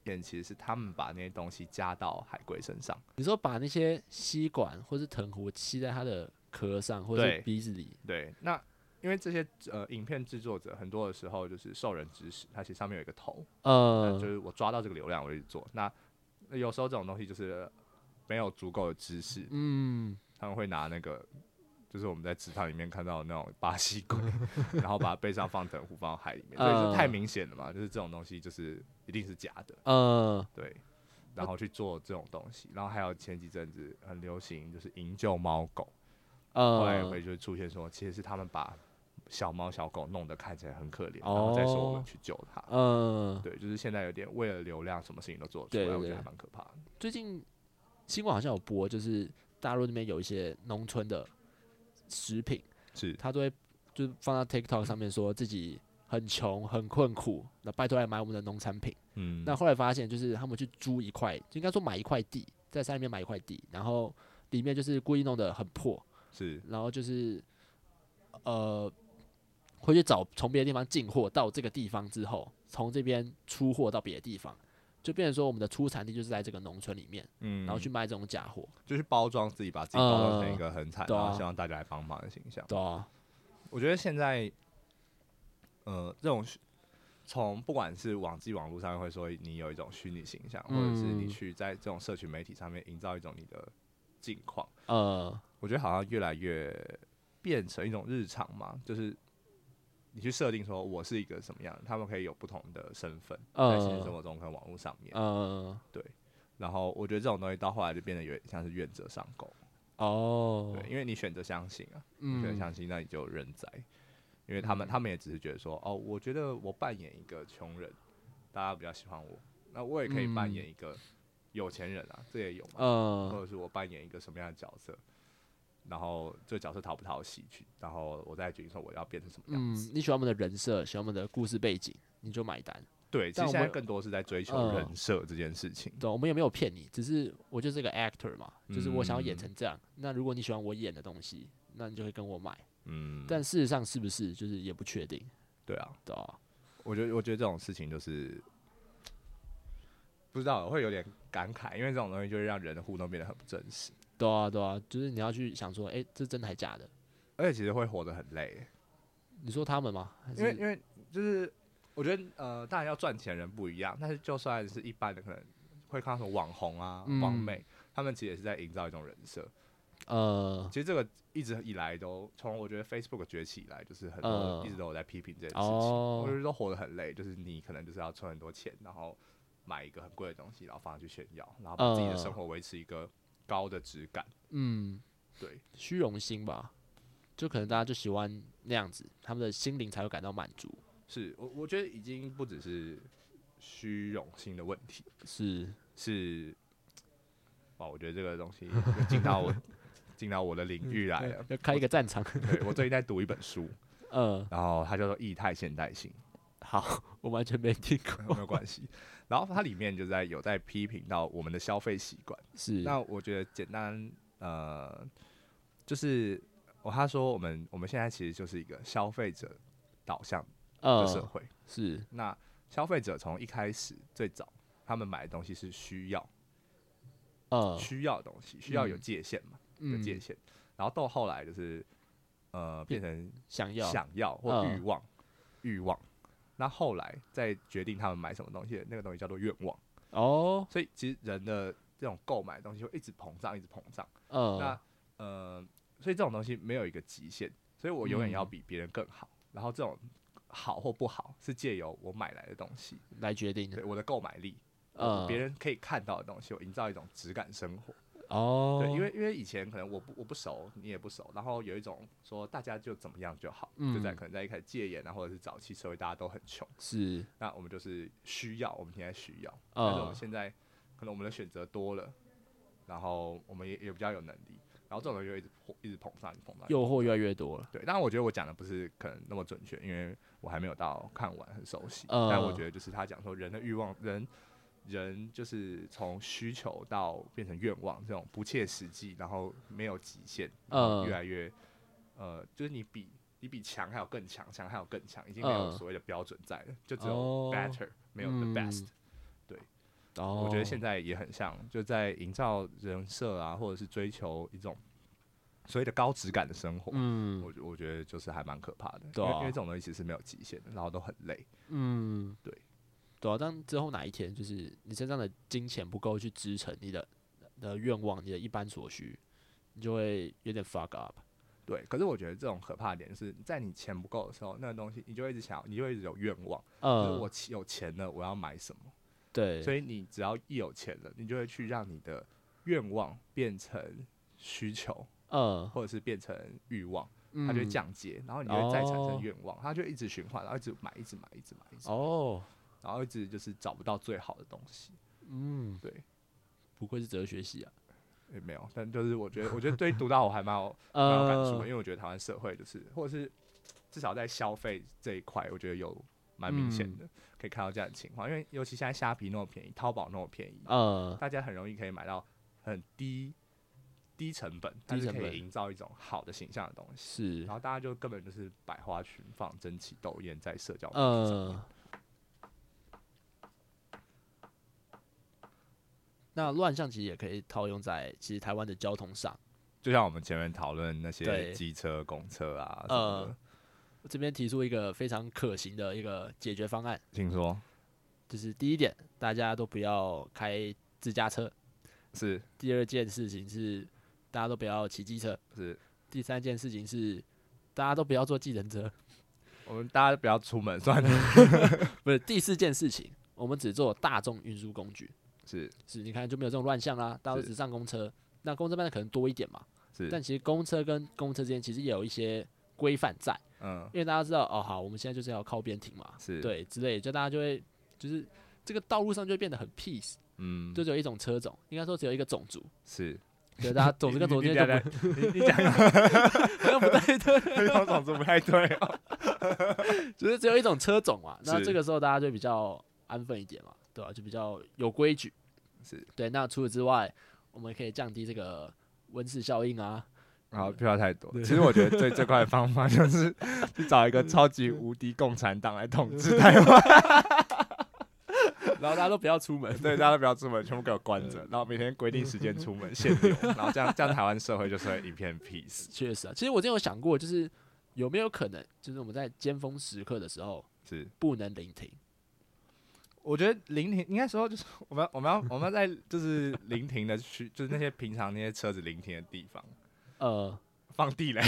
点其实是他们把那些东西加到海龟身上，
你说把那些吸管或是藤壶吸在它的壳上或
对
是鼻子里，
对，那因为这些呃影片制作者很多的时候就是受人指使，它其实上面有一个头，那就
呃
是我抓到这个流量我就去做。那有时候这种东西就是没有足够的知识，
嗯
他们会拿那个就是我们在池塘里面看到的那种巴西龟， 然后把它背上放藤壶放到海里面，所以就
呃
太明显了嘛，就是这种东西就是一定是假的，
呃
对。然后去做这种东西，然后还有前几阵子很流行就是营救猫狗，后来
呃
会就出现说，其实是他们把小猫小狗弄得看起来很可怜，然后再说我们
哦
去救它。
呃，
对，就是现在有点为了流量，什么事情都做得
对
出
对
来，我觉得
对
还蛮可怕的。
最近新闻好像有播，就是大陆那边有一些农村的食品，
是，
他都会就是放到 TikTok 上面说自己很穷很困苦，那拜托来买我们的农产品。
嗯
那后来发现，就是他们去租一块，就应该说买一块地，在山里面买一块地，然后里面就是故意弄得很破，
是，
然后就是呃，会去找从别的地方进货到这个地方之后，从这边出货到别的地方，就变成说我们的出产地就是在这个农村里面，
嗯
然后去卖这种假货，
就是包装自己，把自己包装成一
呃
个很惨，
对
然后
啊
希望大家来帮忙的形象。
对啊，
我觉得现在，呃，这种虚从不管是网际网络上面会说你有一种虚拟形象，或者是你
嗯
去在这种社群媒体上面营造一种你的境况。
呃，
我觉得好像越来越变成一种日常嘛，就是你去设定说我是一个什么样的，他们可以有不同的身份，在现实生
呃，
活中跟网络上面。
呃，
然后我觉得这种东西到后来就变得有点像是愿者上钩，
哦，
对，因为你选择相信啊，你选择
嗯，
相信，那你就认栽。因为他们他们也只是觉得说，哦，我觉得我扮演一个穷人，大家比较喜欢我，那我也可以扮
嗯
演一个有钱人啊，这也有嘛，或
呃，
者是我扮演一个什么样的角色，然后这个角色讨不讨喜去，然后我再决定说我要变成什么
嗯
样子。，
你喜欢我们的人设，喜欢我们的故事背景，你就买单。
对，其
但
实
我
现在
们
更多是在追求
呃
人设这件事情。
对，我们也没有骗你，只是我就是一个 actor 嘛，就是我想要演
嗯
成这样。那如果你喜欢我演的东西，那你就会跟我买。
嗯，
但事实上是不是，就是也不确定，
对啊，
对吧？
我觉得我觉得这种事情就是不知道会有点感慨，因为这种东西就会让人的互动变得很不真实，
对啊，对啊，就是你要去想说，诶，这真的还假的？
而且其实会活得很累，
你说他们吗？还
因为
是
因为就是我觉得呃，当然要赚钱的人不一样，但是就算是一般的可能会看到什么网红啊、
嗯
网美，他们其实也是在营造一种人设，
呃，
其实这个一直以来都从我觉得 Facebook 崛起以来，就是很多、
嗯
一直都有在批评这件事情，
哦
我觉得都活得很累。就是你可能就是要存很多钱，然后买一个很贵的东西，然后放上去炫耀，然后把自己的
嗯
生活维持一个高的质感。
嗯，
对，
虚荣心吧，就可能大家就喜欢那样子，他们的心灵才会感到满足。
是我我觉得已经不只是虚荣心的问题，
是，
是哇，我觉得这个东西又进到我进到我的领域来了。
要开一个战场。
对我最近在读一本书，
呃，
然后它叫做《异态现代性》。
好，我完全没听
没
过。
有关系。然后它里面就在有在批评到我们的消费习惯。
是，
那我觉得简单呃，就是我他说我们我们现在其实就是一个消费者导向的社
呃，
会。
是，
那消费者从一开始最早他们买的东西是需要
呃，
需要的东西，需要有
嗯
界限嘛，有
嗯，
界限。然后到后来就是呃变成
想要，
想要或
嗯
欲望欲望。那后来再决定他们买什么东西，那个东西叫做愿望。
哦，
所以其实人的这种购买的东西会一直膨胀，一直膨胀。
呃
那，呃，所以这种东西没有一个极限，所以我永远要
嗯
比别人更好。然后这种好或不好是借由我买来的东西，
来决定
对
的，
我的购买力，
呃，
别人可以看到的东西，我营造一种质感生活。
哦，
对，因为因为以前可能我不我不熟，你也不熟，然后有一种说大家就怎么样就好，就在
嗯
可能在一开始戒严啊，或者是早期社会大家都很穷，
是，
那我们就是需要，我们现在需要。但是我
呃
们，现在可能我们的选择多了，然后我们也也比较有能力，然后这种东西就一直膨一直膨胀，一直膨胀。
诱惑越来越多了，
对，当然我觉得我讲的不是可能那么准确，因为我还没有到看完很熟悉。
呃
但我觉得就是他讲说人的欲望，人人就是从需求到变成愿望这种不切实际，然后没有极限，然后
呃
越来越呃，就是你比你比强还有更强，强还有更强，已经没有
呃
所谓的标准在了，就只有
哦
better，、没有 the
嗯
best。
哦，
我觉得现在也很像，就在营造人设啊，或者是追求一种所谓的高质感的生活。
嗯
我我觉得就是还蛮可怕的，
对
因为
啊
因为这种东西其实没有极限的，然后都很累。
嗯，
对，
对啊，当之后哪一天就是你身上的金钱不够去支撑你的你的愿望，你的一般所需，你就会有点 fuck up，
对，可是我觉得这种可怕的点是在你钱不够的时候，那个东西你就会一直想要，你就会一直有愿望，就是
呃
我，起有钱了，我要买什么。
对，
所以你只要一有钱了，你就会去让你的愿望变成需求，
呃，
或者是变成欲望，
它
它就会降阶，然后你就会再产
嗯哦
生愿望，它就一直循环，然后一直买，一直买，一直买，一直买。
哦，
然后一直就是找不到最好的东西。
嗯，
对，
不愧是哲学系啊，
也没有，但就是我觉得，我觉得对于读到我还蛮有蛮有感触的，
呃，
因为我觉得台湾社会就是，或者是至少在消费这一块，我觉得有蛮明显
嗯
的、可以看到这样的情况。因为尤其现在虾皮那么便宜，淘宝那么便宜，
呃，
大家很容易可以买到很低低成本，但是
成
可以
本
营造一种好的形象的东西。
是
然，后大家就根本就是百花群放、争奇斗艳在社交媒体上面。
呃，那乱象其实也可以套用在其实台湾的交通上。
就像我们前面讨论那些
对
机车、公车啊什么
呃
的，
我这边提出一个非常可行的一个解决方案，
请说
就是第一点，大家都不要开自家车；
是
第二件事情是大家都不要骑机车；
是
第三件事情是大家都不要坐计程车。
我们大家不要出门算了。
不是第四件事情，我们只做大众运输工具。
是
是，你看就没有这种乱象啦，大家都
是
只上公车，那公车班的可能多一点嘛，
是，
但其实公车跟公车之间其实也有一些规范在，
嗯
因为大家知道哦，好，我们现在就是要靠边停嘛，
是
对之类的，就大家就会就是这个道路上就会变得很 peace，
嗯，
就只有一种车种，应该说只有一个种 族，
是
对，大家种族跟种
你
族
你
之间就不
你你你讲 的
不对对，
这种种不太对哦，
就是只有一种车种嘛。那
是
这个时候大家就比较安分一点嘛，对吧、啊就比较有规矩。
是
对，那除此之外，我们可以降低这个温室效应啊。
然后不要太多。其实我觉得最最快的方法就是 去找一个超级无敌共产党来统治台湾，
然后大家都不要出门。
对，大家都不要出门，全部给我关着，然后每天规定时间出门限流，然后这样这样台湾社会就是会一片 peace。
确实啊，其实我之前有想过，就是有没有可能，就是我们在尖峰时刻的时候
是，
不能聆听，
我觉得临停应该说就是我们要我们要我们要在就是临停的区，就是那些平常那些车子临停的地方
呃，
放地雷，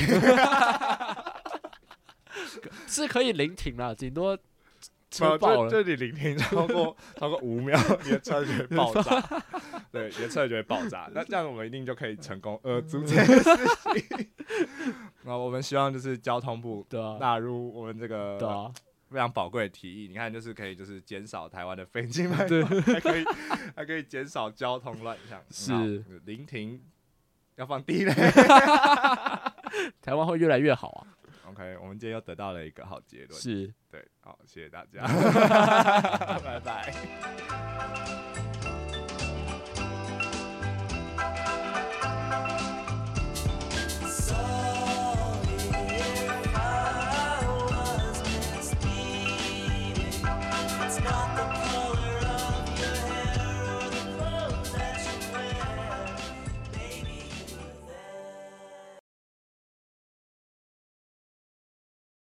是可以聆听啦，顶多车爆了。
就就你聆听超过超过五秒，你的车就会爆炸， 对，你的车就会爆炸。那这样我们一定就可以成功呃阻止这 件事情。那我们希望就是交通部
对啊，
纳入我们这
对
个
啊，
非常宝贵的提议，你看就是可以就是减少台湾的飞机卖，还可以 还可以减少交通乱象，
是
很好聆听。要放地雷
台湾会越来越好啊。
，OK，我们今天又得到了一个好结论。
是。
对，好，谢谢大家，拜拜。